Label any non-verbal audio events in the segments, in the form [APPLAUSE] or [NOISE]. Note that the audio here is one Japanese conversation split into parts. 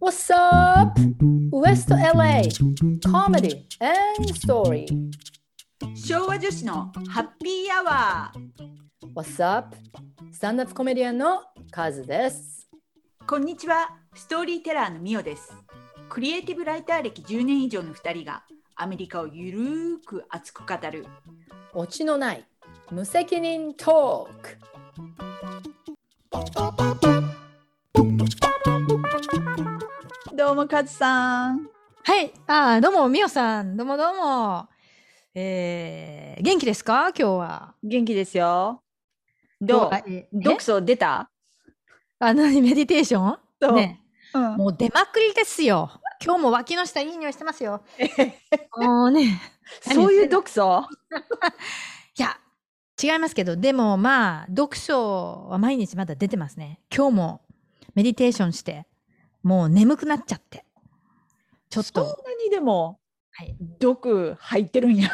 What's up? West LA Comedy and Story 昭和女子のハッピーアワー What's up? スタンダップコメディアンのカズですこんにちはストーリーテラーのミオですクリエイティブライター歴10年以上の2人がアメリカをゆるーく熱く語るオチのない無責任トークどうもカズさんはい、あーどうも、みおさん、どうもどうも。えー、元気ですか今日は。元気ですよどう今日はええ読書出たあの、メディテーショそうンね、うんもう出まくりですよ。今日も脇の下いい匂いしてま [LAUGHS] すよ。もうね、そういう読書いや、違いますけど、でもまあ、読書は毎日まだ出てますね。今日もメディテーションして、もう眠くなっちゃって。ちょっそんなと、にでもはい、読入ってるんや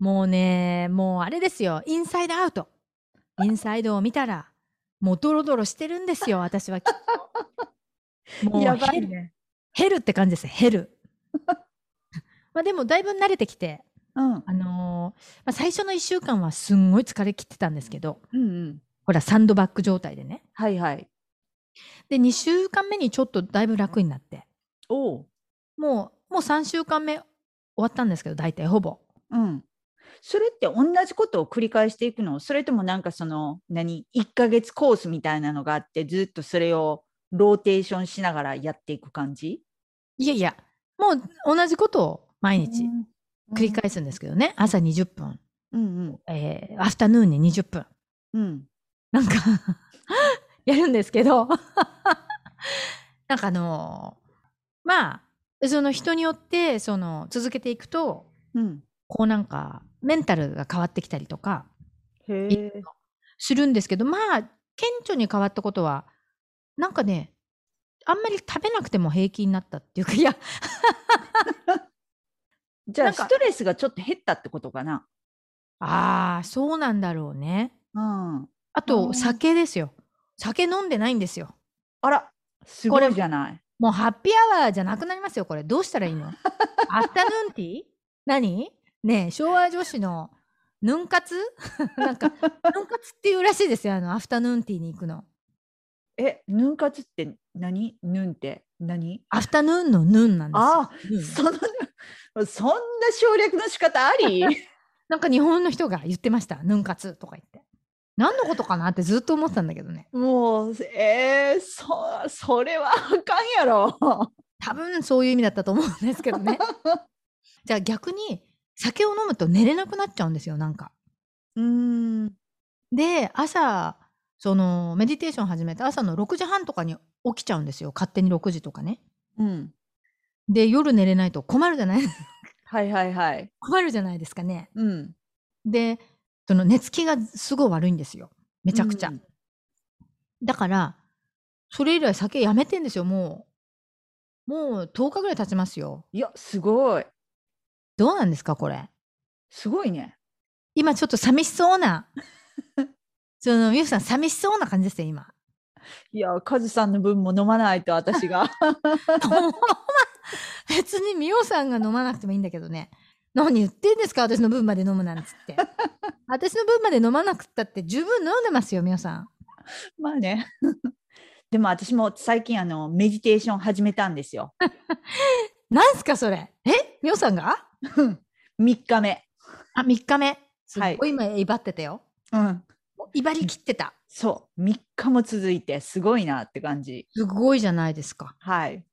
もうね、もうあれですよ、インサイドアウト。インサイドを見たら、もうドロドロしてるんですよ、私はきっと。もう [LAUGHS] やばいヘルヘルって感じです、ヘル。 [LAUGHS] まあでも、だいぶ慣れてきて、うんうんあのーまあ、最初の1週間はすんごい疲れ切ってたんですけど、うんほら、サンドバッグ状態でね。はいはいで、2週間目にちょっとだいぶ楽になって、おうもう、もう3週間目終わったんですけど、大体ほぼ。うん。それって同じことを繰り返していくのそれともなんかその何1ヶ月コースみたいなのがあってずっとそれをローテーションしながらやっていく感じいやいや、もう同じことを毎日。繰り返す。すんですけどね、朝20分、うんえーアフタヌーンに20分うんうん。なんか [LAUGHS] やるんですけど [LAUGHS] なんかあのーまあその人によってその続けていくとうん、こうなんかメンタルが変わってきたりとかへいえ。するんですけどまあ顕著に変わったことはなんかねあんまり食べなくても平気になったっていうかいやじゃなあんかストレスがちょっと減ったってことかな。ああそうなんだろうねうん、あうんと酒ですよ酒飲んでないんですよあらすごこいれじゃない。もうハッピーアワーじゃなくなりますよ、これ。どうした [LAUGHS] らいいのアフタヌーンティー何ねえ、昭和女子のヌン活 [LAUGHS] なんか、ヌン活っていうらしいですよ、あの、アフタヌーンティーに行くの。えヌン活って何ヌンって何アフタヌーンのヌンなんですよ。あヌンそのそんな省略の仕方ありなんか日本の人が言ってました、ヌン活とか言って。何のことかなってずっと思ってたんだけどね。もうえー、そそれはあかんやろ。多分そういう意味だったと思うんですけど [LAUGHS] ね。じゃあ逆に、酒を飲むと寝れなくなっちゃうんですよ、なんか。うーんで朝そのメディテーション始めて朝の6時半とかに起きちゃうんですよ勝手に6時とかねうんで夜寝れないと困るじゃない [LAUGHS] はいはいはい。困るじゃないですかねうん。でその寝つきがすごい悪いんですよめちゃくちゃ、うんだからそれ以来酒やめてんですよもうもう10日ぐらい経ちますよいや、すごい。どうなんですかこれすごいね。今ちょっと寂しそ [LAUGHS] うなそのみゆきさん寂しそうな感じですよ今いや、カズさんの分も飲まないと、私 [LAUGHS] が。 [LAUGHS] 別にミオさんが飲まなくてもいいんだけどね何言ってんですか私の分まで飲むなんつ [LAUGHS] って私の分まで飲まなくったって十分飲んでますよミオさんまあね。 [LAUGHS] でも私も最近あのメディテーション始めたんですよ。なんすかそれえミオさんが3日目。あ3日目すっはいごい今威張ってたよ、うん。威張り切ってたそう。3日も続いてすごいなって感じ。すごいじゃないですかはい。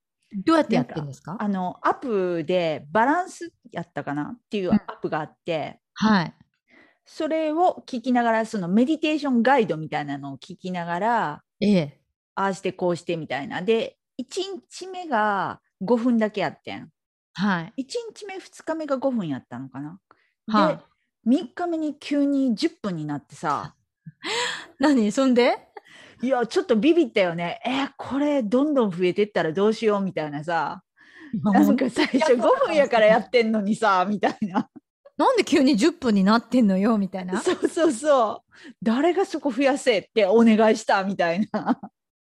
どうやってやってるんですかあの、アップでバランスやったかなっていうアップがあって、はいそれを聞きながら、そのメディテーションガイドみたいなのを聞きながら、ええああしてこうしてみたいな。で、1日目が5分だけやってん。は1い日目、2日目が5分やったのかな。はいで、3日目に急に10分になって [LAUGHS] さ、何そんでいや、ちょっとビビったよね。えーこれどんどん増えてったらどうしようみたいなさ、なんか最初5分やからやってんのにさ、みたいな。なんで急に10分になってんのよみたいなそうそうそう。誰がそこ増やせってお願いしたみたいな。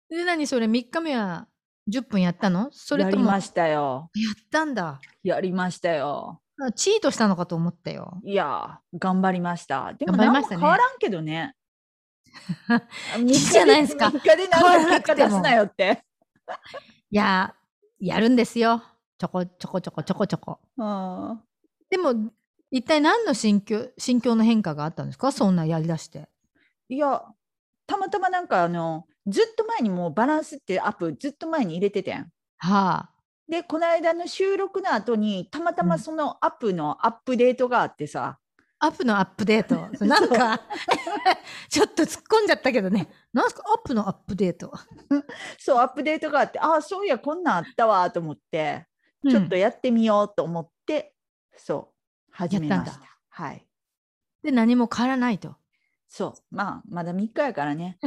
で何それ3日目は10分やったのそれやとりもまやっしたよ。たんだ。やりましたよ。チートしたのかと思ったよ。いやー、頑張りました。でも、何頑張りまもした変ねわらんけど [LAUGHS] ね。いいじゃないですか3日で何変わらかな結果く出てすもなよって。いや、やるんですよ。ちょこちょこちょこちょこちょこ。うんでも、一体何の心境、心境の変化があったんですかそんなやりだして。いや、たまたまなんかあの、ずっと前にもうバランスってアップずっと前に入れててん。はあ。で、この間の収録の後に、たまたまうんそのアップのアップデートがあってさ、アップのアップデー [LAUGHS] ト。それなんか、ちょっと突っ込んじゃったけどね。なんすかアップのアップデート。そう、アップデートがあって、ああ、そういや、こんなんあったわと思って、うんちょっとやってみようと思って、そう、始めましやったた。はい。で、何も変わらないと。そう、まあ、まだ3日やからね。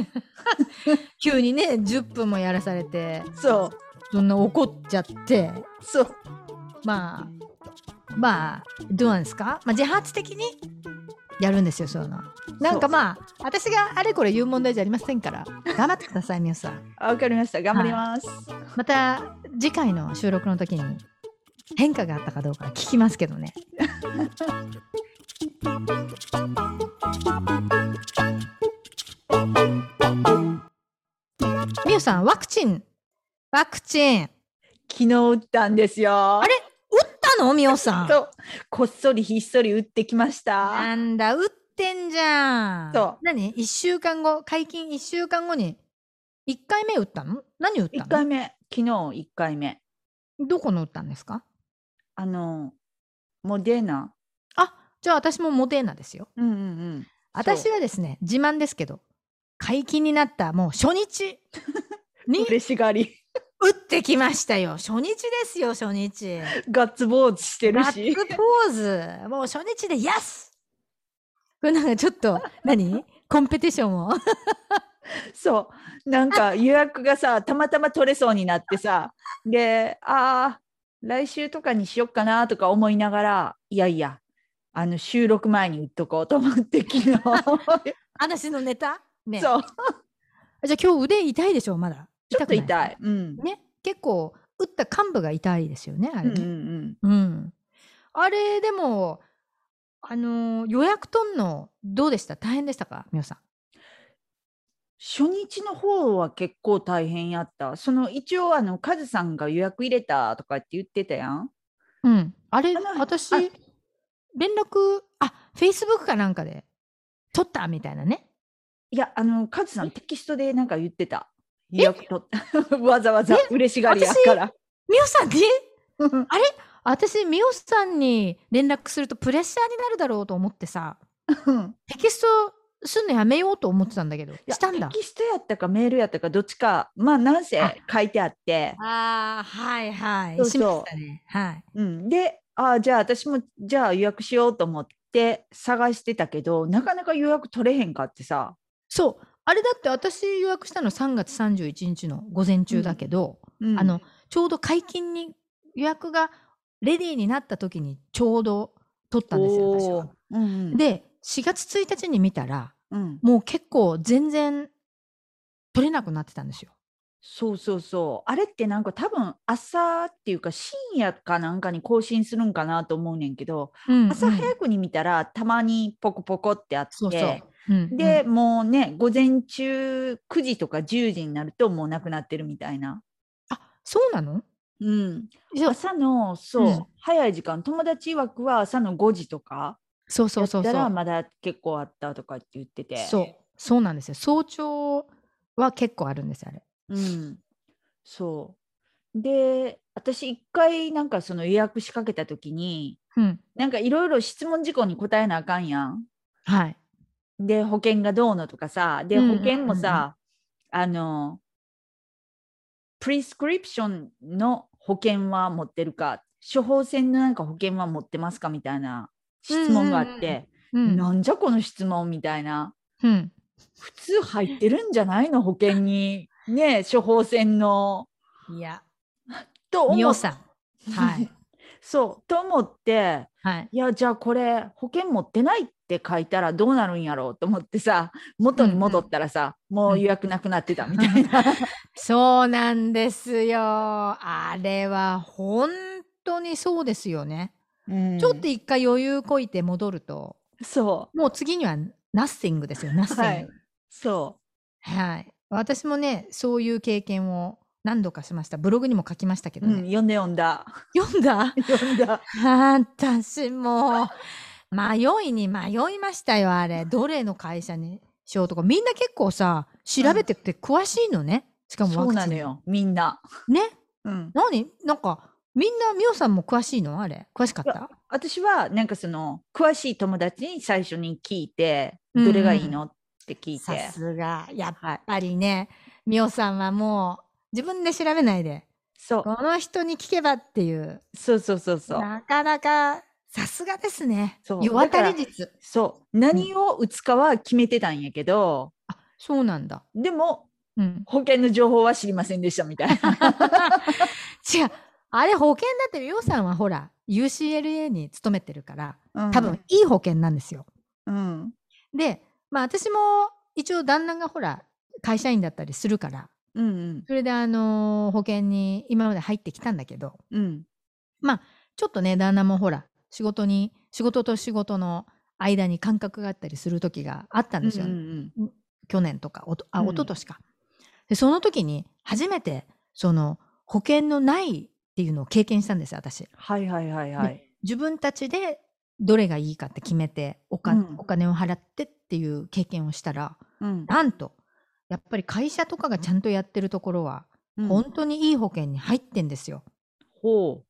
急にね、10分もやらされて、そう、そんな怒っちゃって、そう、まあ、まあ、どうなんですかまあ、自発的にやるんですよ、そういうのは。なんかまあ、私があれこれ言う問題じゃありませんから、頑張ってください、皆さん。あわかりました。頑張ります。また、次回の収録の時に、変化があったかどうか聞きますけどね。みゆさん、ワクチン。ワクチン。打っ昨日打ったんですよ。あれたのみゆさん。そう、こっそりひっそり打ってきました。なんだ、打ってんじゃん。そう何一週間後、解禁一週間後に、一回目打ったの何打っ1たの回目、昨日1回目。どこの打ったんですかあの、モデーナ。あ、じゃあ私もモデーナですよ。うんうんうん。私はですね、自慢ですけど、解禁になったもう初 [LAUGHS] 日に嬉しがり。打ってきましたよ。初日ですよ、初日。ガッツポーズしてるガッし。ツポーズ。もう初日で、イエスこれなんかちょ [LAUGHS] っと、何コンペティションを。そう。なんか予約がさ、たまたま取れそうになってさ、で、ああ、来週とかにしよっかなとか思いながら、いやいや、あの収録前に打っとこうと思って昨 [LAUGHS] 日。話のネタね。そう、あじゃあ今日腕痛いでしょまだ。ちょっとくな痛い。うん。ね。結構打った幹部が痛いですよねあうれんうんうね。ん。うん、あれでもあのー予約取んのどうでした大変でしたかみおさん。初日の方は結構大変やった。その一応あのカズさんが予約入れたとかって言ってたやん。うん。あれあの私あ連絡あフェイスブックかなんかで取ったみたいなね。いやあのカズさんテキストでなんか言ってた。予約取った。 [LAUGHS] わざわざ嬉しがりやから。みおさんに私みおさんに連絡するとプレッシャーになるだろうと思ってさうんテキストすんのやめようと思ってたんだけどいやしたんだテ。キストやったかメールやったかどっちかまあなんせあ書いてあって、ああ、はいはい。そうそしうましたね。はい。うん、であじゃあ私もじゃあ予約しようと思って探してたけどなかなか予約取れへんかってさ、そう。あれだって私予約したの3月31日の午前中だけど、うんあの、ちょうど解禁に予約がレディーになった時にちょうど取ったんですよ、私おーは。うんうん、、で、4月1日に見たら、うん、もう結構全然取れなくなってたんですよ。そうそうそうあれってなんか多分朝っていうか深夜かなんかに更新するんかなと思うねんけど、うん朝うん早くに見たらたまにポコポコってあって。そうそう。うんで、、もうね午前中9時とか10時になるともうなくなってるみたいな、うんあそうなのうん、そう朝のそう、うん早い時間友達曰くは朝の5時とかそうそうそうそだう。らまだ結構あったとかって言っててそうそうなんですよ早朝は結構あるんですよあれう,、ん、そうで私一回なんかその予約仕掛けた時にうんなんかいろいろ質問事項に答えなあかんやんはいで保険がどうのとかさでうんうんうん保うん険もさ、あのプリスクリプションの保険は持ってるか処方箋のなんか保険は持ってますかみたいな質問があって、うんなんじゃこの質問みたいなうん普通入ってるんじゃないの保険にねえ処方箋のいやと美思容っさんはい [LAUGHS] そうと思ってはいいやじゃあこれ保険持ってないって書いたらどう [LAUGHS] なるんやろうと思ってさ元に戻ったらさ、もう予約なくなってたみたいな、そうなんですよ。あれは本当にそうですよね。うんちょっと一回余裕こいて戻ると、 [LAUGHS] そもう次にはナッシングですよ、ナッシう。ング。はい。そはい。私もね、そういう経験を何度かしました。ブログにも書きましたけう。どうね。ん、読んで読んだ。読んだ読んだ。私もう、迷いに迷いましたよ、あれ。どれの会社にしようとか。みんな結構さ、調べてって詳しいのね。しかもそワうクなチンの。よ。みんな。ね。うん。何なんか、みんな、みおさんも詳しいのあれ。詳しかっいた私はなんかその詳しい友達に最初に聞いてうんどれがいいのって聞いて、さすが。やっはい、ぱりね、みおさんはもう、自分で調べないで、そうこの人に聞けばっていう。そうそうそうそうなかなか、さすがですね。そう世渡だりか術。そう何を打つかは決めてたんやけど、そうなんだ。でもうん。保険の情報は知りませんでしたみたいな違う。あれ、保険だって、りょうさんはほら、UCLA に勤めてるから、 [LAUGHS] うん多分、いい保険なんですよ。うんで、まあ、私も、一応、旦那がほら、会社員だったりするから、うんうんそれで、あのー保険に今まで入ってきたんだけど、うんちょっとね、旦那もほら、仕事に、仕事と仕事の間に感覚があったりする時があったんですよ。うんうん去年とか、おとあ、うん一昨年か。で、その時に、初めて、その、保険のないっていうのを経験したんですよ、私。はいはいはいはい、自分たちでどれがいいかって決めておか、うんお金を払ってっていう経験をしたらうんなんとやっぱり会社とかがちゃんとやってるところはうん本当にいい保険に入ってんですよ。ほ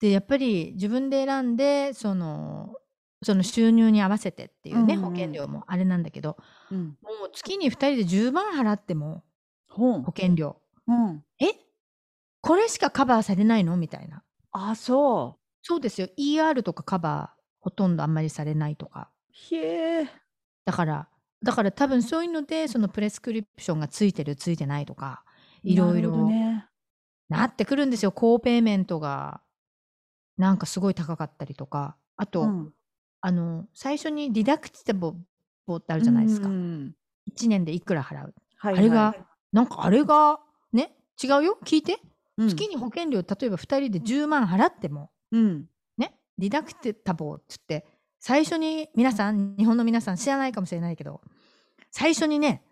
でやっぱり自分で選んでそのその収入に合わせてっていうね、うんうん保険料もあれなんだけどう、うん、もう月に2人で10万払ってもほう保険料うんえこれしかカバーされないのみたいなあそうそうですよ ER とかカバーほとんどあんまりされないとかへえだから、だから多分そういうので、そのプレスクリプションがついてる、ついてないとか、いろいなるほどろねなってくるんですよ。高ペイメントが、なんかすごい高かったりとか、あと、うんあの、最初にディダクティブボってあるじゃないですか。うん1うん年でいくら払う。はいあれが、なんかあれが、ね、違うよ、聞いて。うん月に保険料、例えば2人で10万払っても、うんね、ディダクテタボーっつって、最初に皆さん、日本の皆さん知らないかもしれないけど、最初にね、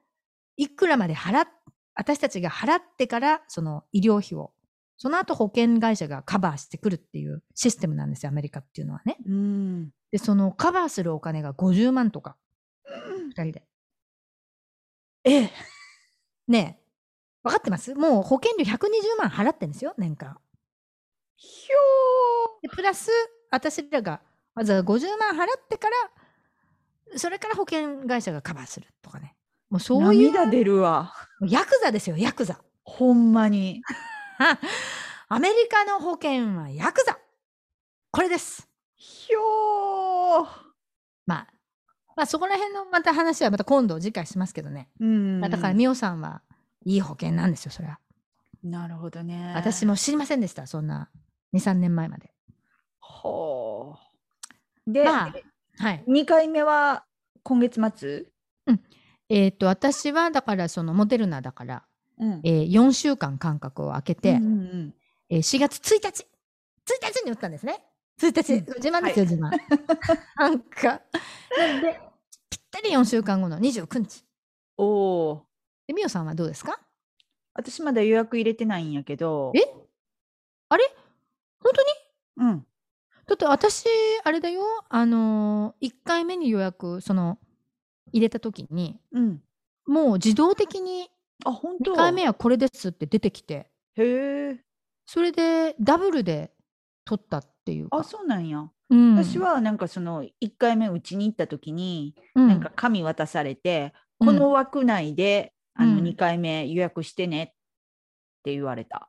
いくらまで払っ、私たちが払ってから、その医療費を、その後保険会社がカバーしてくるっていうシステムなんですよ、アメリカっていうのはね。うんで、そのカバーするお金が50万とか、二人で。ええねえ、分かってますもう保険料120万払ってんですよ、年間。ひょでプラス私らがわざわざ50万払ってからそれから保険会社がカバーするとかねもうーそういう涙出るわヤクザですよヤクザ [LAUGHS] ほんまにはアメリカの保険はヤクザこれですひょーまあまあそこら辺のまた話はまた今度次回しますけどね、うんだから美桜さんはいい保険なんですよそれは、なるほどね私も知りませんでしたそんな23年前までほうで、まあはい二回目は今月末えっ、と私はだからそのモデルナだから、うんえー4週間間隔を空けて、うんうんうんえー4月1日、1日に打ったんですね。1日、うん自慢です [LAUGHS] よ、自慢。なんか、なんで、ぴったり4週間後の29日。おおで、みおさんはどうですか私まだ予約入れてないんやけどえあれ本当にうんだって私、あれだよ、あのー、1回目に予約、その、入れた時に、うんもう自動的にあ本当2回目はこれですって出てきて、へえそれでダブルで取ったっていうか。あそうなんやうん私、はなんかその1回目うちに行った時に、うんなんか紙渡されて、うんこの枠内であのうん2回目予約してねって言われた。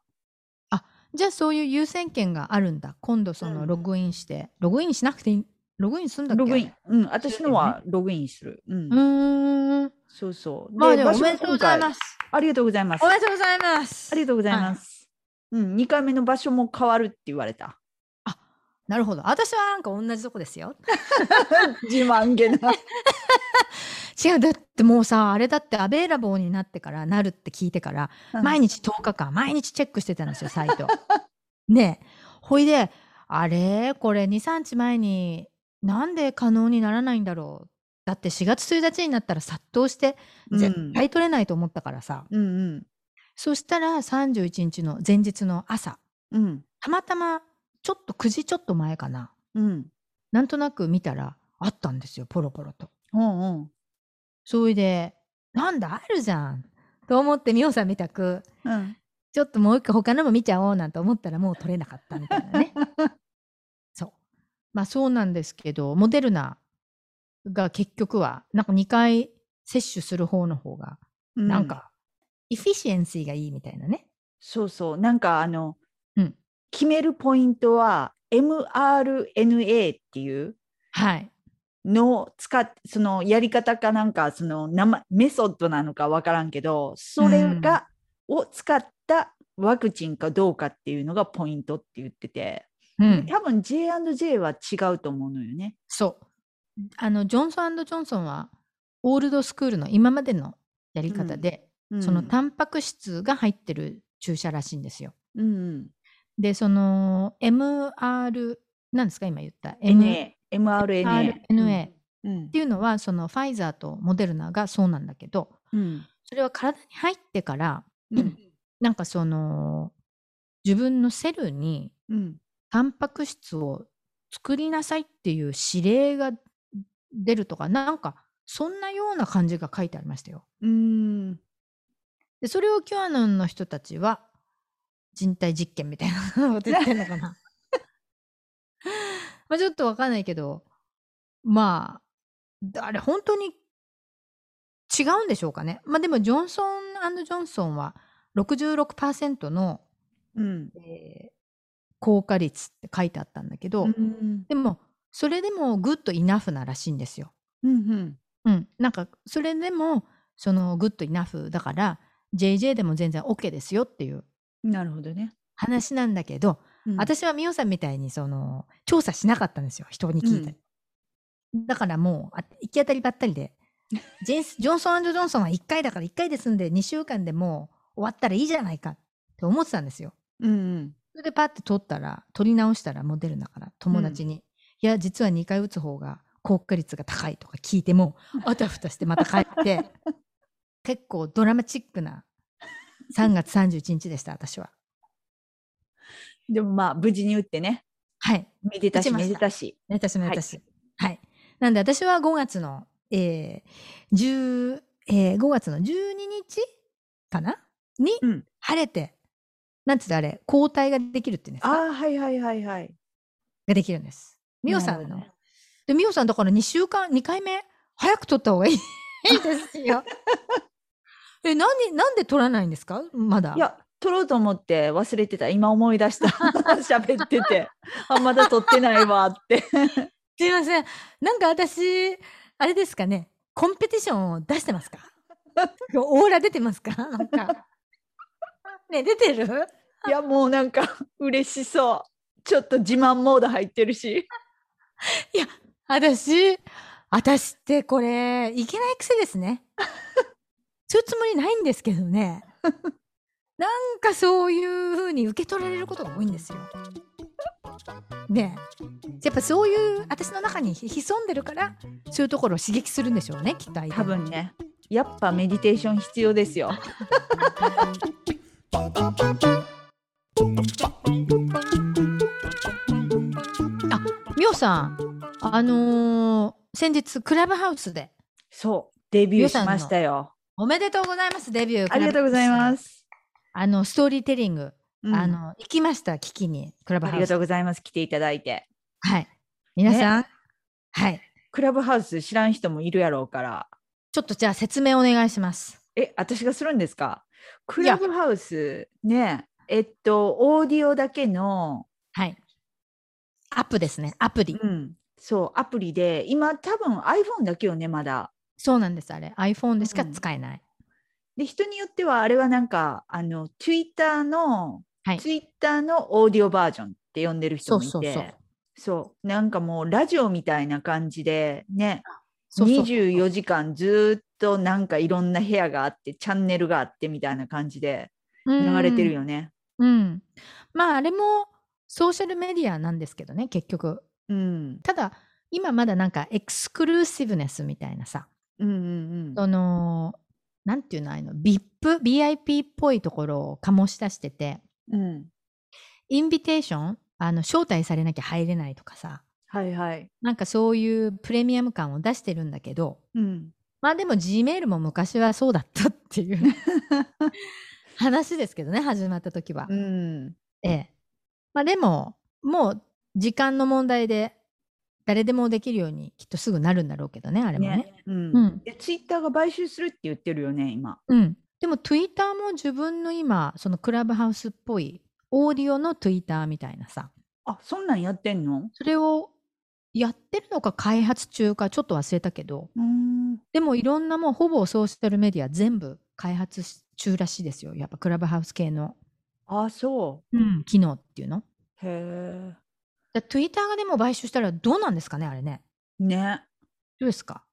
じゃあそういう優先権があるんだ。今度そのうんログインして、ログインしなくていい、ログインするんだっけログイン。うん、私のはログインする。うん、うーん。そうそう。まあでもおめでとう今ござい回ます。ありがとうございます。おめあでとうございます。りがとうございはまいす。うん、2回目の場所も変わるって言われ [LAUGHS] た。なるほど。私はなんか同じとこですよ。自慢げな。違う、だってでもうさあれだってアベイラボーになってからなるって聞いてから毎日日10日間毎日チェックしてたんですよサイト。 [LAUGHS] ねえほいであれこれ23日前になんで可能にならないんだろうだって4月1日になったら殺到して絶対取れないと思ったからさ、 [LAUGHS] うんうんそしたら31日の前日の朝うんたまたまちょっと9時ちょっと前かなうんなんとなく見たらあったんですよポロポロと。うんうんそれでなんだあるじゃんと思って美穂さんみたくうんちょっともう一回他のも見ちゃおうなんて思ったらもう取れなかったみたいなね。そう。まあそうなんですけど、モデルナが結局は、なんか2回接種する方の方が、うんなんか、エフィシエンシーがいいみたいなね。そうそうなんかあの、うん決めるポイントは mRNA っていうはい。のを使っそのやり方かなんかその名前メソッドなのかわからんけどそれが、を使ったワクチンかどうかっていうのがポイントって言っててうん。多分 J&J は違うと思うのよね。そう。あの、ジョンソンジョンソンは、オールドスクールの今までのやり方で、そのタンパク質が入ってる注射らしいんですよ。うんうんで、その MR、なんですか今言った。 NA、mRNA。 RNA っうんていうのはそのファイザーとモデルナがそうなんだけどうんそれは体に入ってからうんなんかその自分のセルにうんタンパク質を作りなさいっていう指令が出るとかなんかそんなような感じが書いてありましたよ。うんでそれをキュアノンの人たちは人体実験みたいなこと言ってんのかな [LAUGHS] まあちょっとわかんないけどまああれ本当に違うんでしょうかねまあでもジョンソンジョンソンは66%の、うんえー効果率って書いてあったんだけど、うんでもそれでもグッドイナフならしいんですよ。うんうん、なんかそれでもそのグッドイナフだから JJ でも全然 OK ですよっていうなるほどね。話なんだけど、うん私は美穂さんみたいにその調査しなかったんですよ人に聞いて、だからもうあ行き当たりばった [LAUGHS] りでジェンスジョンソンジョンソンは1回だから1回で済んで2週間でもう終わったらいいじゃないかって思ってたんですようんそれでパッて取ったら取り直したらモデルナから友達に、いや実は2回打つ方が効果率が高いとか聞いてもあたふたしてまた帰 [LAUGHS] って結構ドラマチックな3月31日でした私はでもまあ無事に打ってね。はいめでた打しちまめしでたたし。私もはい私はい、なんで私は5月の、えー10えー5月の12日かなにうん晴れて、なんつってあれ抗体ができるっていうんですあかあはいはいはいはい。ができるんです美桜さんなるの、ほどねで美桜さんだから2週間2回目早く取った方 [LAUGHS] がいいいいですよ [LAUGHS] えなんでなんで取らないんですかまだいや取ろうと思って忘れてた今思い出した [LAUGHS] 喋っててあまだ取ってないわって。すいません。なんか私、あれですかね。コンペティションを出してます [LAUGHS] かオーラ出てますかなんか。ね、出てる [LAUGHS] いやもうなんか嬉しそう。ちょっと自慢モード入ってるし。私、私ってこれ、いけない癖です [LAUGHS] ね。そういうつもりないんですけど [LAUGHS] ね。なんかそういう風に受け取られることが多いんですよ。ねえやっぱそういう私の中に潜んでるからそういうところを刺激するんでしょうねきっと相手も多分ね。やっぱメディテーション必要ですよ。みおさん、あのー先日クラブハウスでそうデビュゆーうさしんのましたよ。おめでとうございますデビュー。。ありがとうございますす。あのストーリーテリング、うんあの行きました聞きにクラブあハりウがスと。うございます来ていただいて。はい。皆さん、はい。クラブハウス知らん人もいるやろうから。ちょっとじゃあ説明お願いします。え、私がするんですかクいやラブハウスね、えっと、オーディオだけの、はい。アプですね。アプリ。うん、そう、アプリで、今多分 iPhone だけよね、まだ。そうなんですあれ。iPhone でしか使えない。で、人によっては、あれはなんか、あの、Twitter の、はい Twitter のオーディオバージョンって呼んでる人もいて、そうそうそうそうなんかもうラジオみたいな感じで、ね、そうそうそう24時間ずーっとなんかいろんな部屋があってチャンネルがあってみたいな感じで流れてるよね。うん。まあ、あれもソーシャルメディアなんですけどね、結局。うん、ただ、今まだなんかエクスクルーシブネスみたいなさ、うん、うんうんその、なんていうの、ああいうの、VIP、VIP っぽいところを醸し出してて、うん。インビテーション、あの、招待されなきゃ入れないとかさ、はいはい。なんかそういうプレミアム感を出してるんだけど、うん。まあでも Gmail も昔はそうだったっていう [LAUGHS] 話ですけどね、始まった時は。うん。ええ。まあでも、もう時間の問題で誰でもできるようにきっとすぐなるんだろうけどね、あれもね。ね。ううんん。で、ツイッターが買収するって言ってるよね、今。うん。でも Twitter も自分の今、そのクラブハウスっぽいオーディオの Twitter みたいなさ、あ、そんなんやってんのそれをやってるのか開発中かちょっと忘れたけど、うん。でもいろんなもうほぼソーシャルメディア全部開発し中らしいですよ。やっぱクラブハウス系の、あ、そうん、機能っていうの。う。へだ Twitter がでも買収したらどうなんですかね、あれね。え。ね。どうですか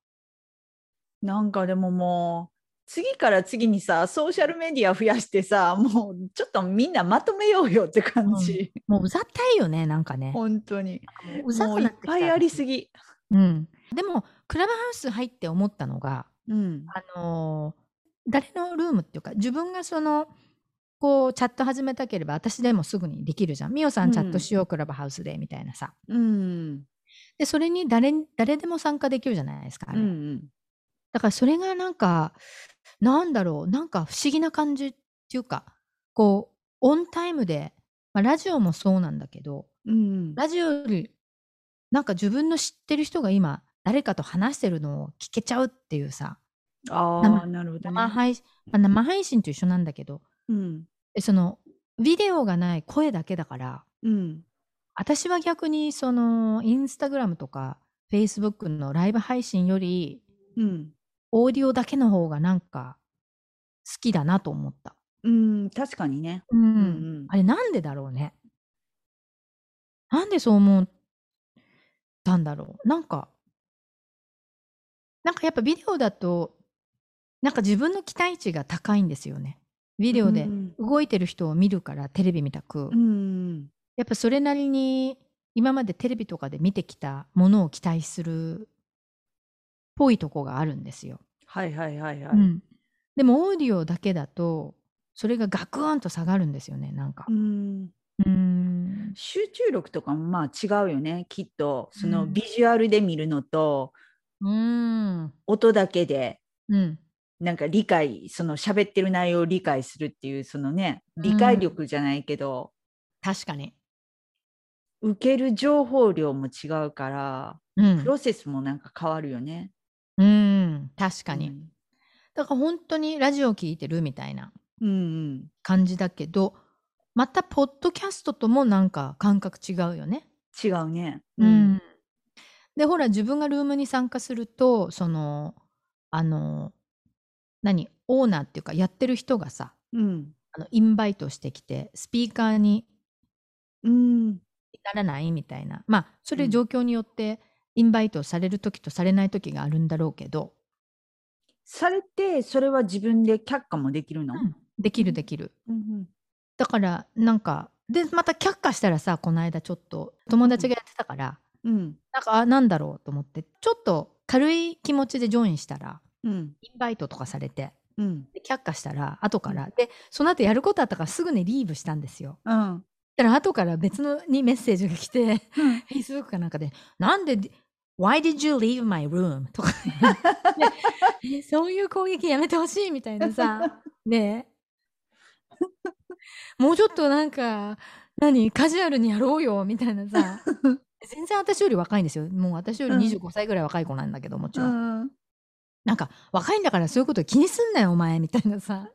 なんかでももう次から次にさソーシャルメディア増やしてさもうちょっとみんなまとめようよって感じ、もううざったいよね、なんかね。本当にうざもくういなってきたぱいありすぎ、うん。でも、クラブハウス入って思ったのが、うん、あのー誰のルームっていうか、自分がその、こう、チャット始めたければ、私でもすぐにできるじゃん。みおさうんんチャットしよう、クラブハウスで、みたいなさ。うんで、それに誰に、誰でも参加できるじゃないですか、あうんうれ。んだから、それがなんか、なんだろう、なんか不思議な感じっていうか、こう、オンタイムで、まあ、ラジオもそうなんだけど、うんラジオより、なんか自分の知ってる人が今、誰かと話してるのを聞けちゃうっていうさ、ああなるほどね生配,、まあ、生配信と一緒なんだけど、うんえその、ビデオがない声だけだから、うん私は逆に、その、インスタグラムとか、フェイスブックのライブ配信より、うんオーディオだけの方がなんか、好きだなと思った。うん確かにね、ううんんあれなんでだろうね。なんでそう思ったんだろう。なんか、なんかやっぱビデオだと、なんか自分の期待値が高いんですよね。ビデオでうん動いてる人を見るからテレビみたうく、ん、うんやっぱそれなりに今までテレビとかで見てきたものを期待するっぽいとこがあるんですよ。はいはいはいはうい、んでもオーディオだけだと、それがガクーンと下がるんですよね、なんかう。ん、うーん集中力とかもまあ違うよねきっとそうのんビジュアルで見るのとうーん。音だけでうん。なんか理解その喋ってる内容を理解するっていうそのねうん理解力じゃないけど、確かに。受ける情報量も違うからうんプ。ロセスもなんか変わるよね。うん。確かに。うんだから本当にラジオ聞いてるみたいなうん感じだけど、またポッドキャストともなんか感覚違うよね。うん、違うね。うんで、ほら、自分がルームに参加すると、その、あの、何、オーナーっていうか、やってる人がさ、うんあのインバイトしてきて、スピーカーにうんならないみたいな。まあ、それうん状況によって、インバイトされる時とされない時があるんだろうけど、されてそれは自分で却下もできるの、うんできるできる。うんだからなんかでまた却下したらさこの間ちょっと友達がやってたから、うんなんかあなんだろうと思ってちょっと軽い気持ちでジョインしたらうんインバイトとかされてうんで却下したら後から、でその後やることあったからすぐにリーブしたんですよ。うんだから後から別のにメッセージが来て Facebook かなんかで「なんで Why did you leave my room?」とか [LAUGHS] ねねえそういう攻撃やめてほしいみたいなさ。ねえ。もうちょっとなんか、何カジュアルにやろうよみたいなさ。全然私より若いんですよ。もう私よりうん25歳ぐらい若い子なんだけど、もちろん。うんなんか、若いんだからそういうこと気にすんなよ、お前、みたいなさ。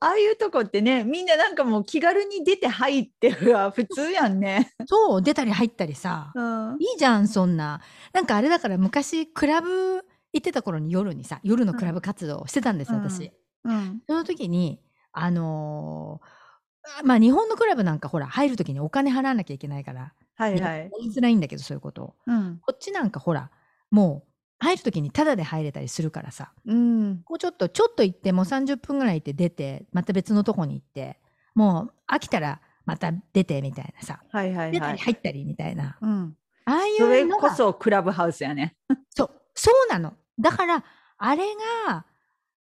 ああいうとこってねみんななんかもう気軽に出て入ってるわ普通やんね。そう、出たり入ったりさ。うんいいじゃん、そんな。なんかあれだから昔、クラブ行ってた頃に夜にさ、夜のクラブ活動をしてたんですよ、うん私。うんその時に、あのーあまあ日本のクラブなんかほら、入る時にお金払わなきゃいけないから、はいやはやい。りづらいんだけどそういうことをうんこっちなんかほらもう入る時にタダで入れたりするからさうん。こうちょっとちょっと行ってもう30分ぐらい行って出てまた別のとこに行ってもう飽きたらまた出てみたいなさはいはい出はたいり。入ったりみたいなうん。ああいそうれのこがそクラブハウスやね。そうそうなのだからあれが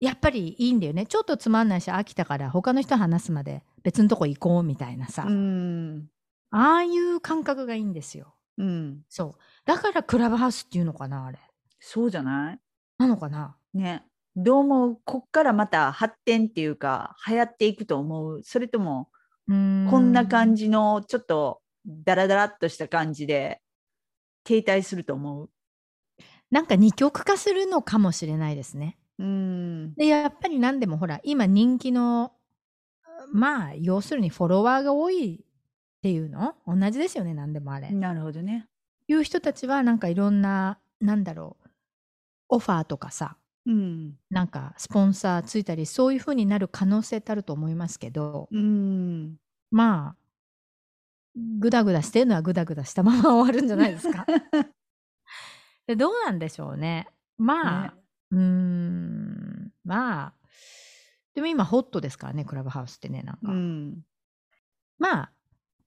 やっぱりいいんだよねちょっとつまんないし飽きたから他の人話すまで別のとこ行こうみたいなさ、うん。ああいう感覚がいいんですようん。そうだからクラブハウスっていうのかなあれそうじゃないなのかなね。どうもこっからまた発展っていうか流行っていくと思うそれともここんんな感じじのちょっとダラダラっとした感じで停滞すると思う。なんか二極化するのかもしれないですねうん。でやっぱり何でもほら今人気のまあ要するにフォロワーが多いっていうの同じですよね何でもあれ、なるほどね。いう人たちはなんかいろんななんだろうオファーとかさうん。なんかスポンサーついたりそういう風になる可能性ってあると思いますけどうん。まあグダグダしてるのはグダグダしたまま終わるんじゃないで [LAUGHS] すかでどうなんでしょうねまあ、ねうーんまあでも今ホットですからねクラブハウスってねなんか、うん。まあ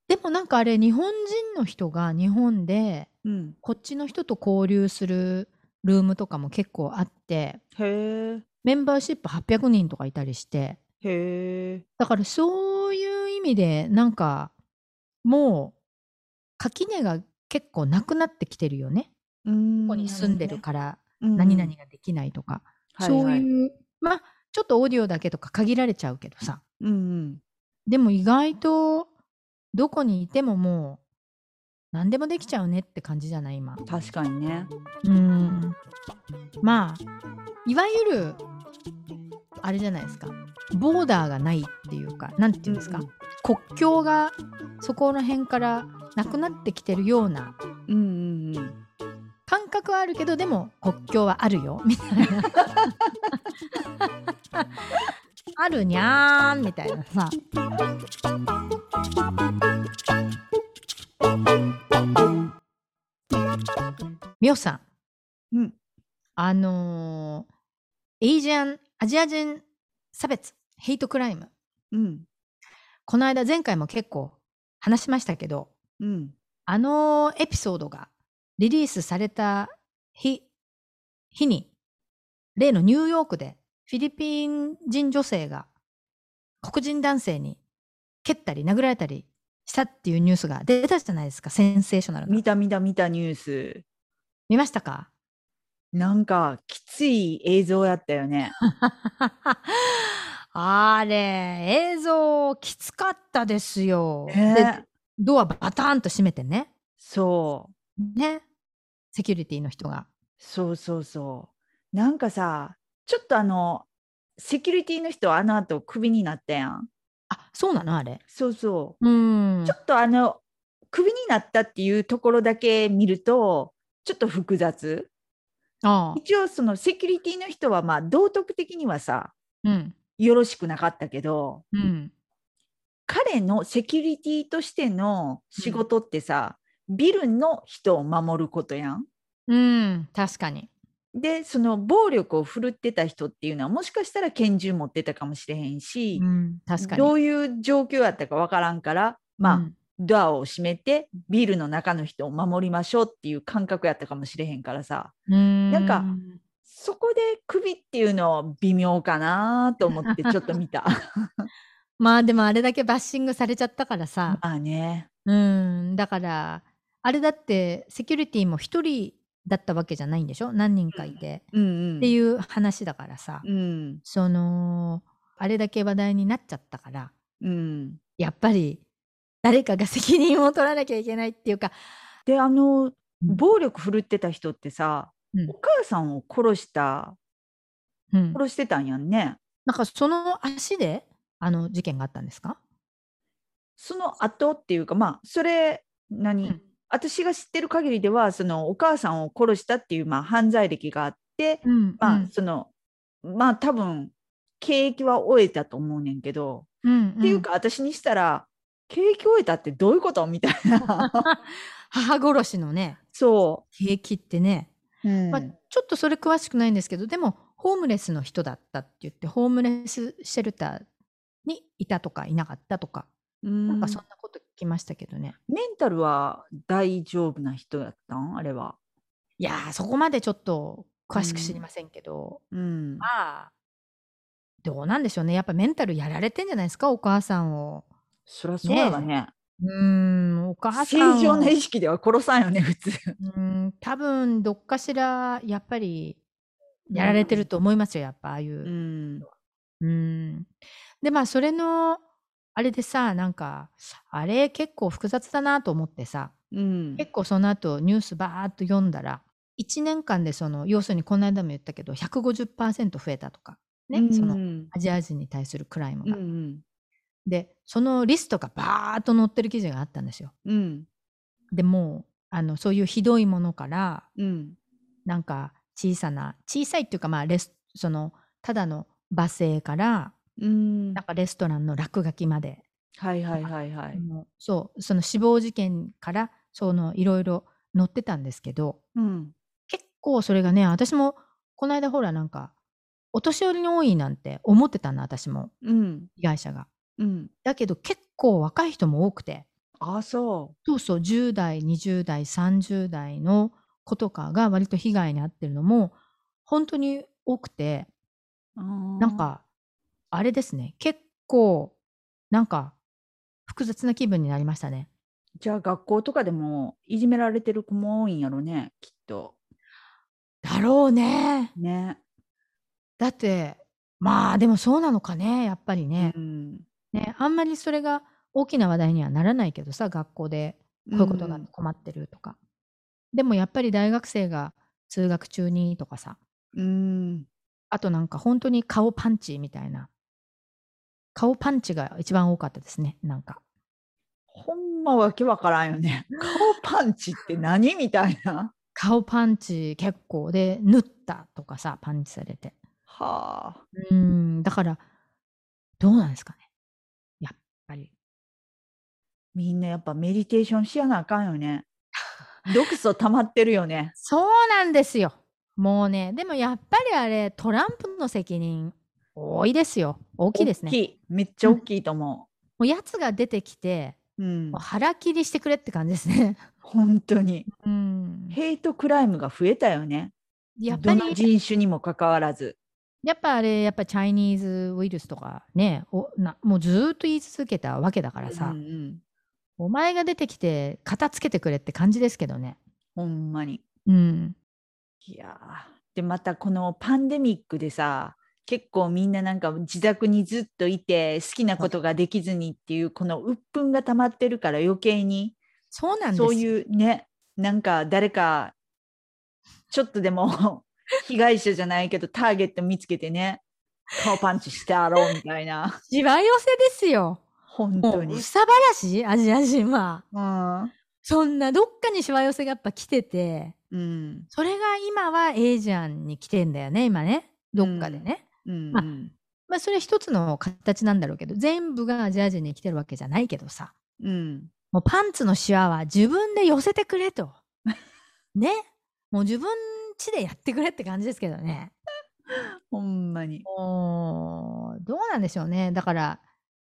でもなんかあれ日本人の人が日本でうん。こっちの人と交流するルームとかも結構あってへえ。メンバーシップ800人とかいたりしてへえ。だからそういう意味でなんかもう垣根が結構なくなってきてるよね。うんここに住んでるから何々ができないとか、らそういうまあちょっとオーディオだけとか限られちゃうけどさうんでも意外とどこにいてももう何でもできちゃうねって感じじゃない今。うん、確かにね。うんまあいわゆるあれじゃないですかボーダーがないっていうかなんていうんですか、国境がそこら辺からなくなってきてるようなうんうんうん。感覚はあるけどでも国境はあるよ [LAUGHS] みたいなあるにゃーんみたいなさみおさんうん。あのー、エイジアンアジア人差別ヘイトクライムうん。この間前回も結構話しましたけどうん。あのエピソードがリリースされた日日に例のニューヨークでフィリピン人女性が黒人男性に蹴ったり殴られたりしたっていうニュースが出たじゃないですかセンセーショナルな見た見た見たニュース。見ましたかなんかきつい映像やったよね。 [LAUGHS] あれ映像きつかったですよ、でねドアバターンと閉めてねそう。ねセキュリティの人がそうそうそう。なんかさ、ちょっとあの、セキュリティの人あの後クビになったやん。あそうなのあれそうそうーう。んちょっとあの、クビになったっていうところだけ見ると、ちょっと複雑。ああ一応そのセキュリティの人はまあ道徳的にはさ、うんよろしくなかったけど、うん彼のセキュリティとしての仕事ってさ、ビルの人を守ることやん。うん、確かに。でその暴力を振るってた人っていうのはもしかしたら拳銃持ってたかもしれへんし、うん、確かに。どういう状況やったかわからんからまあ、うんドアを閉めてビルの中の人を守りましょうっていう感覚やったかもしれへんからさうん、なんかそこで首っていうのは微妙かなと思 [LAUGHS] ってちょっと見た。まあでもあれだけバッシングされちゃったからまさ、あねうん、だからあれだってセキュリティも一人だったわけじゃないんでしょ何人かいて、うんうんっていう話だからさ、うんそのあれだけ話題になっちゃったからうんやっぱり誰かが責任を取らなきゃいけないっていうか、であのうん暴力振るってた人ってさ、うんお母さんを殺したうん、殺してたんやんね。なんかその足であの事件があったんですか、その後っていうかまあそれ何、うん私が知ってる限りではそのお母さんを殺したっていう、まあ、犯罪歴があって、うんまあそのまあ多分刑役は終えたと思うねんけど、うんっていうか私にしたら刑役終えたって [LAUGHS] どういうことみたいな母殺しのねそ平気ってねううんまあ、ちょっとそれ詳しくないんですけどでもホームレスの人だったって言ってホームレスシェルターにいたとかいなかったとか、ななんかそんなこと聞きましたけどねメンタルは大丈夫な人やったんあれは。いやーそこまでちょっと詳しく知りませんけど、うんまあどうなんでしょうねやっぱメンタルやられてんじゃないですかお母さんをそりゃそうだね。うーんお母さんを正常な意識では殺さんよね、普通。うーん多分どっかしらやっぱりやられてると思いますよやっぱああいう、うん。うん。で、まあ、それの、あれでさ、なんか、あれ結構複雑だなと思ってさ、うん。結構その後ニュースバーっと読んだら、1年間でその、要するにこの間も言ったけど、150%増えたとか、ね、うんそうの、んアジア人に対するクライムうが。ん。で、そのリストがバーっと載ってる記事があったんですよ。うん。でもう、あの、そういうひどいものから、うん。なんか小さな、小さいっていうか、まあ、レス、その、ただの罵声から、うんなんかレストランの落書きまで、はいはいはいはあい。のそうその死亡事件からそのいろいろ載ってたんですけどうん。結構それがね私もこの間ほらなんかお年寄りに多いなんて思ってたの私もうん。被害者がうん。だけど結構若い人も多くてああ、そそうそう10代20代30代の子とかが割と被害に遭ってるのも本当に多くてう。ななん、かあれですね結構なんか複雑な気分になりましたねじゃあ学校とかでもいじめられてる子も多いんやろね、きっと。だろうねね。だってまあでもそうなのかねやっぱりね,、うん。ねあんまりそれが大きな話題にはならないけどさ学校でこういうことがあって困ってるとか、でもやっぱり大学生が通学中にとかさうん。あとなんか本当に顔パンチみたいな顔パンチが一番多かったですねなんかほんまわけわからんよ [LAUGHS] ね。顔パンチって何みたいな。顔パンチ結構で縫ったとかさパンチされてはあ。うんだからどうなんですかねやっぱりみんなやっぱメディテーションしやなあかんよね。毒素溜まってるよね。そうなんですよ。もうね、でもやっぱりあれ、トランプの責任、多いですよ。大きいですね。大きい。めっちゃ大きいと思もうやつが出てきて、う。うんもう。腹切りしてくれって感じですね。本当に。うん。ヘイトクライムが増えたよね。やっぱどのり、人種にもかかわらず。やっぱあれ、やっぱチャイニーズウイルスとかね、おなもうずーっと言い続けたわけだからさ、うんうん、お前が出てきて、片付けてくれって感じですけどね。ほんまに。うん。いやーでまたこのパンデミックでさ結構みんななんか自宅にずっといて好きなことができずにっていうこの鬱憤が溜まってるから余計にそうなんですそうう。いうねなんか誰かちょっとで [LAUGHS] も被害者じゃないけどターゲット見つけてね顔パンチしてやろうみたいな [LAUGHS] しわ寄せですよ。本も当う、に憂。さ晴らしいアジア人は。うんそんなどっかにしわ寄せがやっぱ来てて、うんそれが今はエイジアンに来てんだよね、今ね。どっかでね。うんまあまあそれ一つの形なんだろうけど、全部がアジア人に来てるわけじゃないけどさ。うんもうパンツのシワは自分で寄せてく [LAUGHS] れと。ね。もう自分ちでやってくれって感じですけどね。ほんまに。もう、どうなんでしょうね。だから、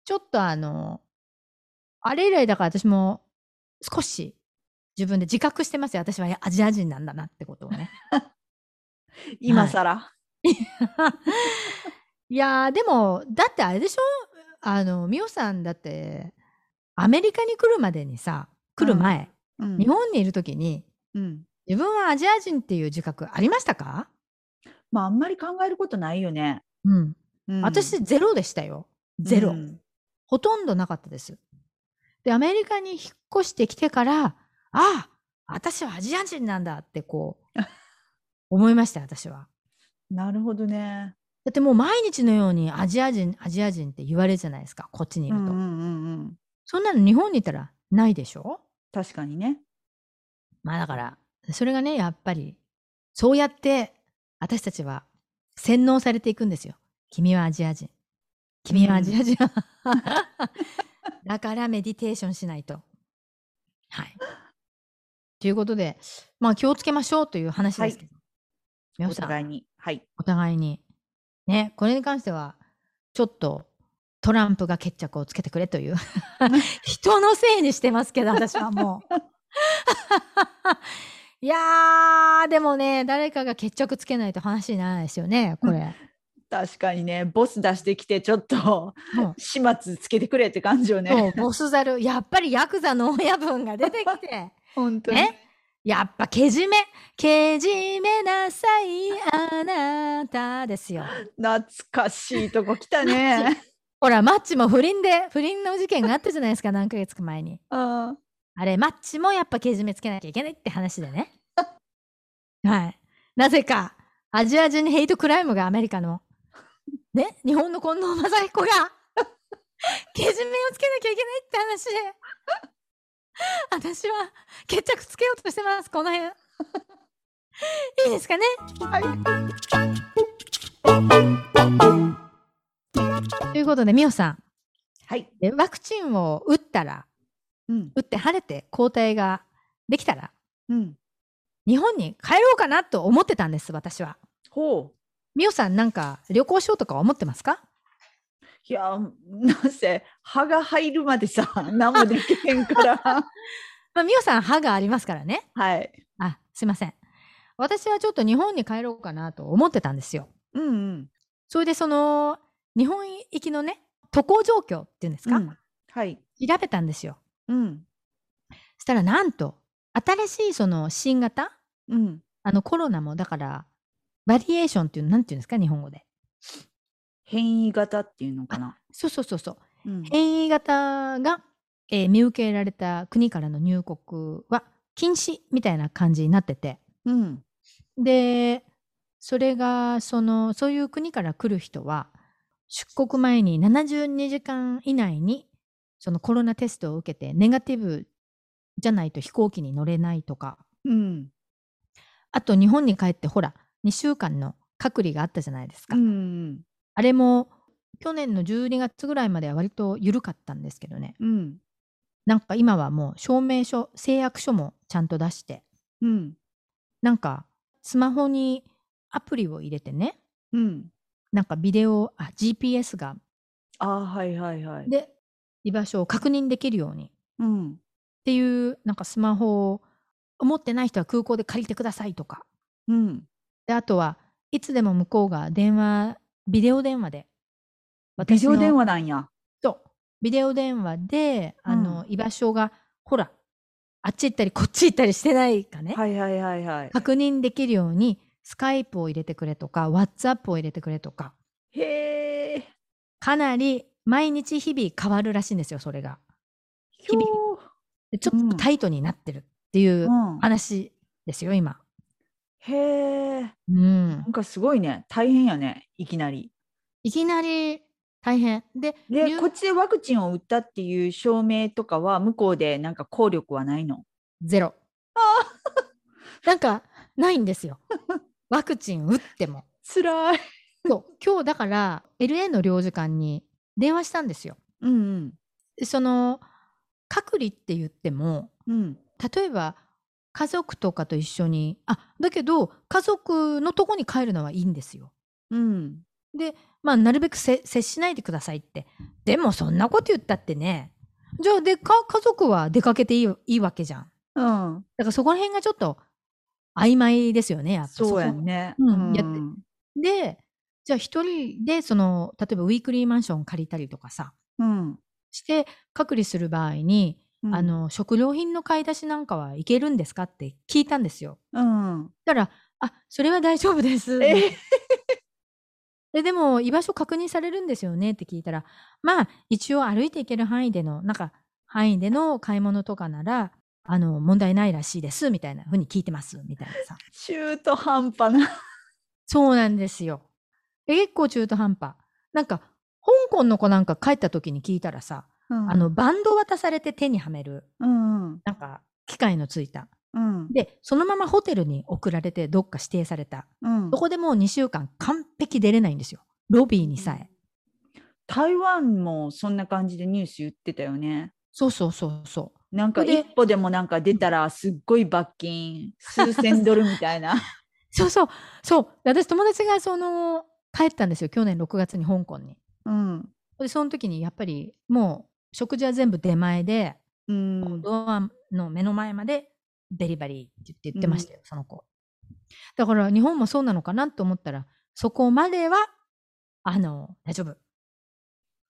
ちょっとあの、あれ以来だから私も少し自分で自覚してますよ。私はアジア人なんだなってことをね。今更、いやーでもだってあれでしょあの美桜さんだってアメリカに来るまでにさ来る前、うん日本にいる時にうん自分はアジア人っていう自覚ありましたか、まああんまり考えることないよね。うん、うん私ゼロでしたよゼロ、うんほとんどなかったですでアメリカに引っ越してきてからああ私はアジア人なんだってこ [LAUGHS] う思いました私はなるほどね。だってもう毎日のようにアジア人アジア人って言われるじゃないですかこっちにいるうと、んうんうんうん、そんなの日本にいたらないでしょ確かにね。まあだから、それがね、やっぱり、そうやって私たちは洗脳されていくんですよ。君はアジア人。君はアジア人。だからメディテーションしないと。はい。ということで、まあ気をつけましょうという話ですけど。皆おさん互いに。はい。お互いに。ね、これに関しては、ちょっとトランプが決着をつけてくれという、人のせいにしてますけど、私はもう。いやー、でもね、誰かが決着つけないと話にならないですよね、これ。確かにね、ボス出してきて、ちょっともう始末つけてくれって感じよそうね。ボスザル、やっぱりヤクザの親分が出てきて、本当に。ね、やっぱけじめ、けじめなさい、あなたですよ。懐かしいとこ来たね。ほら、マッチも不倫で、不倫の事件があったじゃないですか、何ヶ月か前に。うんあれ、マッチもやっぱけじめつけなきゃいけないって話でね。 [LAUGHS] はい。なぜか、アジア人ヘイトクライムがアメリカの。ね、日本の近藤正彦が、 [LAUGHS] けじめをつけなきゃいけないって話で。 [LAUGHS] 私は決着つけようとしてます、この辺。いいですかねはい。ということで、ミオさんはい。え、ワクチンを打ったら、うん。打って晴れて抗体ができたらうん。日本に帰ろうかなと思ってたんです私はほう。美桜さんなんか旅行しようとか思ってますかいや、なんせ、歯が入るまで [LAUGHS] さ、何もできへんから。まあ、美桜さん歯がありますからねはい。あすいません私はちょっと日本に帰ろうかなと思ってたんですようんうん。それでその日本行きのね渡航状況っていうんですか、うんはい。調べたんですようん。そしたらなんと新しいその新型うん。あのコロナもだからバリエーションっていうなんていうんですか日本語で変異型っていうのかな。そうそうそうそううん変異型が、えー見受けられた国からの入国は禁止みたいな感じになっててうん。でそれがそのそういう国から来る人は出国前に72時間以内にそのコロナテストを受けてネガティブじゃないと飛行機に乗れないとかうん。あと日本に帰ってほら2週間の隔離があったじゃないですか、うん。あれも去年の12月ぐらいまでは割と緩かったんですけどねうん。なんか今はもう証明書、誓約書もちゃんと出して、うん。なんかスマホにアプリを入れてね、うん。なんかビデオ、あ、GPS が、ああ、はいはいはい。で、居場所を確認できるようにっうん。ていう、なんかスマホを持ってない人は空港で借りてくださいとか、うん。で、あとはいつでも向こうが電話、ビデオ電話で、ビデオ私の電話なんや。そうビデオ電話で、うんあの、居場所が、ほら、あっち行ったりこっち行ったりしてないかね。はいはいはいはい。確認できるようにスカイプを入れてくれとか WhatsApp を入れてくれとかへえ。かなり毎日日々変わるらしいんですよそれがひょ々でちょっうとんタイトになってるっていうー。ううん。話ですよ今へえ。うんなんかすごいね。大変やね。いきなり。いきなり大変でで、入こっちでワクチンを打ったっていう証明とかは、向こうでなんか効力はないの。ゼロ [LAUGHS] なんかないんですよワクチン打ってもつらい。そう [LAUGHS] 今日だから LA の領事館に電話したんですようんでその隔離って言ってもうん。うん。例えば家族とかと一緒にあだけど家族のとこに帰るのはいいんですよ。うん。まあなるべくせ接しないでくださいってでもそんなこと言ったってねじゃあでか家族は出かけていいいいわけじゃんうん。だからそこら辺がちょっと曖昧ですよねやっぱそうやこんね。うんやってでじゃあ一人でその例えばウィークリーマンション借りたりとかさうん。して隔離する場合に、うんあ。の食料品の買い出しなんかはいけるんですかって聞いたんですよ。うん。たら、あ、それは大丈夫です。えーえでも、居場所確認されるんですよねって聞いたら、まあ、一応歩いていける範囲での、なんか、範囲での買い物とかなら、あの、問題ないらしいです、みたいな風に聞いてます、みたいなさ。中途半端な。そうなんですよ。え結構中途半端。なんか、香港の子なんか帰った時に聞いたらさ、うんあの、バンド渡されて手にはめる、うんうん。なんか、機械のついた。うん。で、そのままホテルに送られて、どっか指定された。うんそこでもう2週間完璧出れないんですよ。ロビーにさえ。台湾もそんな感じでニュース言ってたよね。そうそうそうそう。なんかそれで [LAUGHS] 一歩でもなんか出たらすっごい罰金数千ドルみたいな。そうそう。そう。で私、友達がその、帰ったんですよ。去年6月に香港に。うん。で、その時にやっぱり、もう、食事は全部出前で、うん。ドアの目の前までデリバリーって言って言ってましたよ、その子。だから、日本もそうなのかなと思ったら、そこまでは、あの、大丈夫。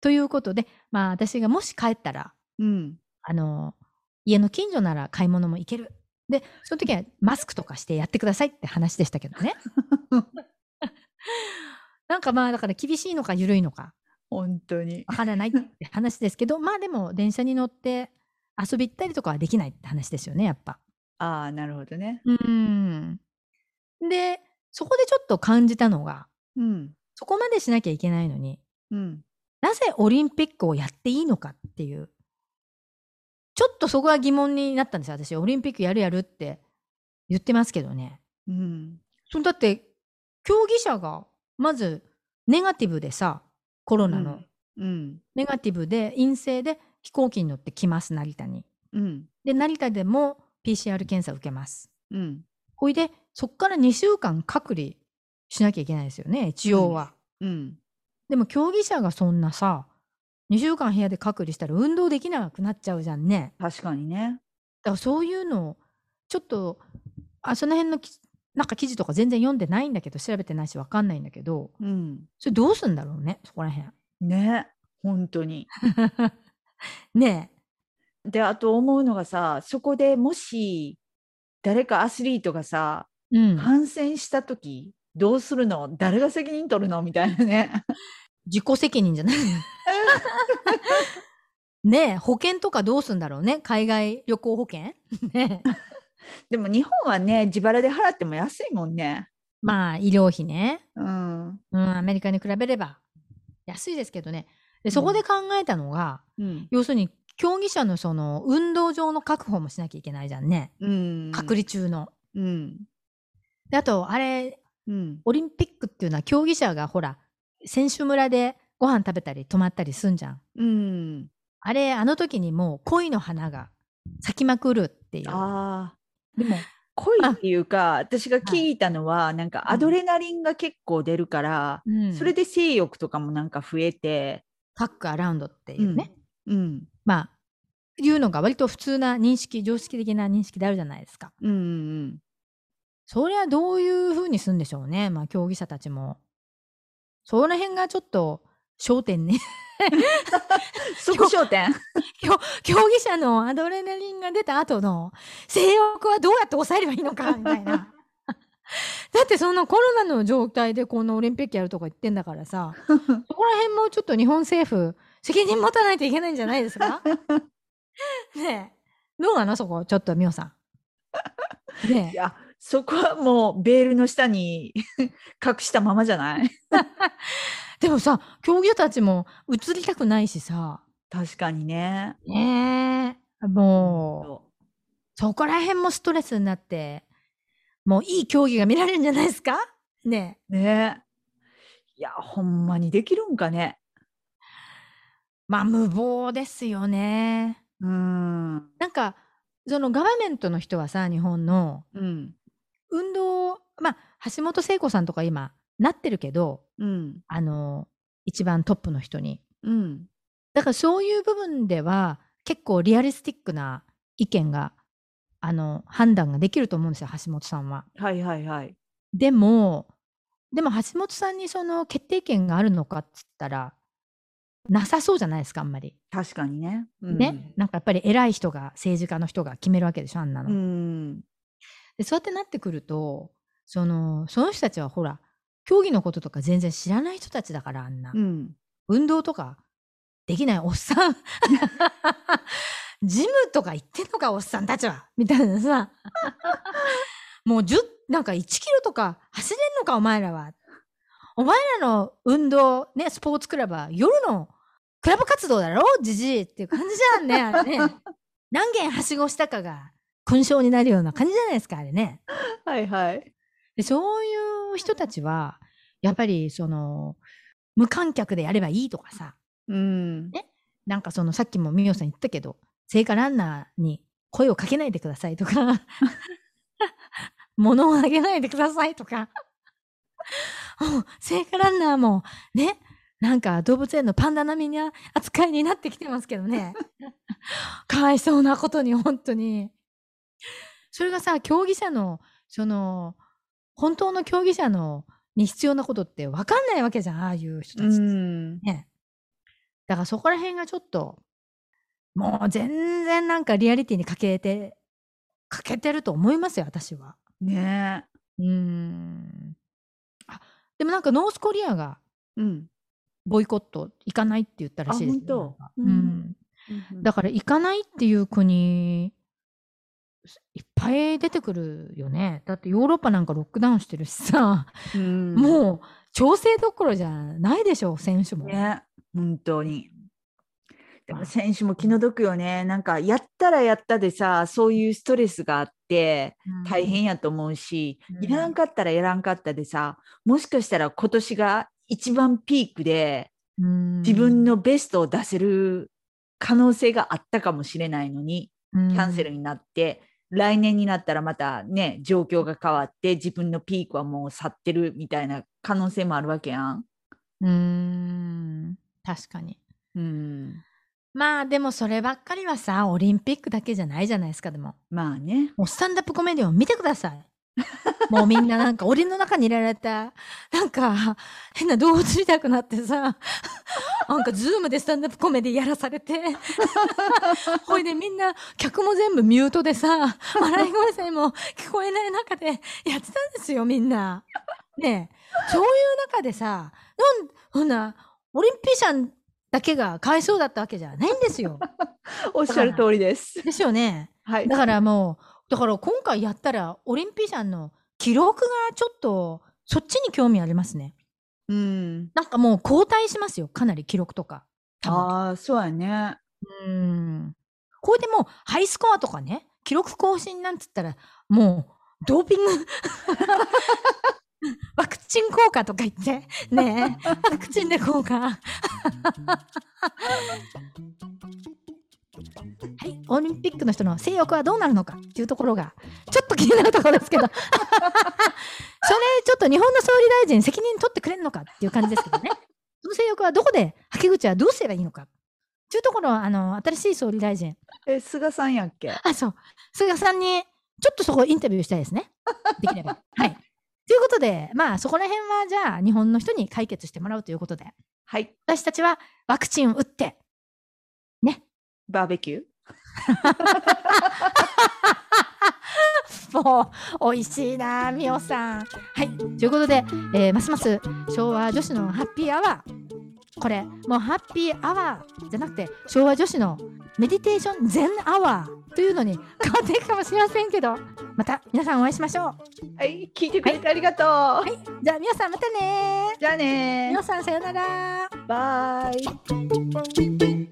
ということで、まあ、私がもし帰ったら、うん。あの、家の近所なら買い物も行ける。で、その時はマスクとかしてやってくださいって話でしたけど [LAUGHS] ね。なんかまあ、だから厳しいのか緩いのか本当に。わからないって話ですけど、 [LAUGHS] まあでも電車に乗って遊び行ったりとかはできないって話ですよね、やっぱ。ああ、なるほどね。うん。で、そこでちょっと感じたのが、うん。そこまでしなきゃいけないのに、うん。なぜオリンピックをやっていいのかっていう、ちょっとそこが疑問になったんですよ、私。オリンピックやるやるって言ってますけどね。うん。そのだって、競技者が、まず、ネガティブでさ、コロナの、うん。ネガティブで、陰性で飛行機に乗って来ます、成田に。うん。で、成田でも PCR 検査受けます。うん。ほいで、そっから2週間隔離しなきゃいけないですよね、一応は。うん。でも競技者がそんなさ、2週間部屋で隔離したら運動できなくなっちゃうじゃんね。確かにね。だからそういうのを、ちょっと、あ、その辺のき、なんか記事とか全然読んでないんだけど、調べてないしわかんないんだけど、うん。それどうすんだろうね、そこら辺。ね。本当に。ねえ。で、あと思うのがさ、そこでもし、誰かアスリートがさ、うん、感染した時どうするの誰が責任取るのみたいなね。 [LAUGHS] 自己責任じ [LAUGHS] ゃないねえ保険とかどうすんだろうね海外旅行保険ねえでも日本はね、自腹で払っても安いもんね。まあ医療費ね、うん。うん、アメリカに比べれば安いですけどねでそこで考えたのが、うん。要するに競技者のその運動場の確保もしなきゃいけないじゃんねうん。隔離中の、うん。であとあれうん。オリンピックっていうのは競技者がほら選手村でご飯食べたり泊まったりすんじゃんうん。あれ、あの時にもう恋の花が咲きまくるっていう。ああ。[LAUGHS] でも、恋っていうか、私が聞いたのは、なんかアドレナリンが結構出るから、うんそれで性欲とかもなんか増えて、パックアラウンドっていうね。うん。まあ、いうのが割と普通な認識、常識的な認識であるじゃないですか。うん。うん。そりゃどういうふうにするんでしょうね。まあ、競技者たちも。その辺がちょっと焦点ね。即焦点。競技者のアドレナリンが出た後の性欲はどうやって抑えればいいのか、みた [LAUGHS] いな。だってそのコロナの状態でこのオリンピックやるとか言ってんだからさ、そこら辺もちょっと日本政府、責任持たないといけないんじゃないで [LAUGHS] すかねえ。どうなのそこ、ちょっと、みおさん。ねいえ。や、そこはもうベールの下に [LAUGHS] 隠したままじゃないでもさ、競技者たちも移りたくないしさ、確かにね。ねえ、もう、そそこら辺もストレスになって、もういい競技が見られるんじゃないですかねえ。うね。いや、ほんまにできるんかね。まあ、無謀ですよね。うん。うん。なんか、そのガバメントの人はさ、日本の、うん。運動まあ橋本聖子さんとか今なってるけどうん。あの一番トップの人にうん。だからそういう部分では結構リアリスティックな意見があの判断ができると思うんですよ橋本さんは。はいはいはい。でもでも橋本さんにその決定権があるのかっつったらなさそうじゃないですかあんまり。確かにね。うんね、なんかやっぱり偉い人が政治家の人が決めるわけでしょあんなの。うん。でそうやってなってくるとそのその人たちはほら競技のこととか全然知らない人たちだからあんな、うん。運動とかできないおっさん [LAUGHS] ジムとか行ってんのかおっさんたちはみたいなさもう10なんか1キロとか走れんのかお前らはお前らの運動ねスポーツクラブは夜のクラブ活動だろじじいっていう感じじゃんねあれね何軒はしごしたかが勲章になるような感じじゃないですかあれね。はいはい。でそういう人たちはやっぱりその無観客でやればいいとかさうん。なんかそのさっきもみおさん言ったけど聖火ランナーに声をかけないでくださいとか [LAUGHS] 物をあげないでくださいとか、 [LAUGHS] うん聖火ランナーもね、なんか動物園のパンダ並みな扱いになってきてますけどね。 [LAUGHS] かわいそうなことに、本当に。それがさ、競技者の、その、本当の競技者のに必要なことって分かんないわけじゃん、ああいう人たちって。ん。ね。だからそこら辺がちょっと、もう全然なんかリアリティに欠けて、欠けてると思いますよ、私は。ねうーん。あ、でもなんかノースコリアがえ。うん。ボイコット行かないって言ったらしいですねあ本当なんかううんん。だから行かないっていう国、いっぱい出てくるよね。だってヨーロッパなんかロックダウンしてるしさ、うんもう調整どころじゃないでしょ、選手も。ね本当に。でも選手も気の毒よね。なんかやったらやったでさ、そういうストレスがあってうん大変やと思うし、うんやらんかったらやらんかったでさ、もしかしたら今年が一番ピークで自自分のベストを出せる可能性があったかもしれないのに、キキャンセルになって、来年になったらまたね、状況が変わって自分のピークはもう去ってるみたいな可能性もあるわけやん。うーん確かにうん。まあでもそればっかりはさオリンピックだけじゃないじゃないですかでもまあね。もうスタンダップコメディを見てくださいもうみんななんか檻の中に入れられたなんか変な動物みたくなってさなんかズームでスタンダップコメディやらされてほいでみんな客も全部ミュートでさ笑い声さえも聞こえない中でやってたんですよみんな。ねえそういう中でさなんほんなオリンピシャンだけがかわいそうだったわけじゃないんですよ。おっしゃる通りです。ですよね。はい。だからもう、だから今回やったら、オリンピシャンの記録がちょっと、そっちに興味ありますね。うん。なんかもう交代しますよ、かなり記録とか。多分ああ、そうやね。うん。これでもう、ハイスコアとかね、記録更新なんつったら、もう、ドーピング。ワクチン効果とか言って、ねえ、ワクチンで効果。はい、オリンピックの人の性欲はどうなるのかっていうところがちょっと気になるところですけど [LAUGHS] それちょっと日本の総理大臣責任取ってくれるのかっていう感じですけどねその性欲はどこではけ口はどうすればいいのかっていうところはあの新しい総理大臣え、菅さんやっけ。あそう菅さんにちょっとそこインタビューしたい [LAUGHS] ですねできればはいということでまあそこら辺はじゃあ日本の人に解決してもらうということではい。私たちはワクチンを打ってバーベキュー。 [LAUGHS] もう美味しいなみおさん。はいということで、えーますます昭和女子のハッピーアワーこれもうハッピーアワーじゃなくて昭和女子のメディテーション全アワーというのに変わっていくかもしれませんけどまた皆さんお会いしましょう。はい、聞いてくれてありがとう。じゃあみおさんまたねじゃあねみおさんさよなら。バイ。 ding ding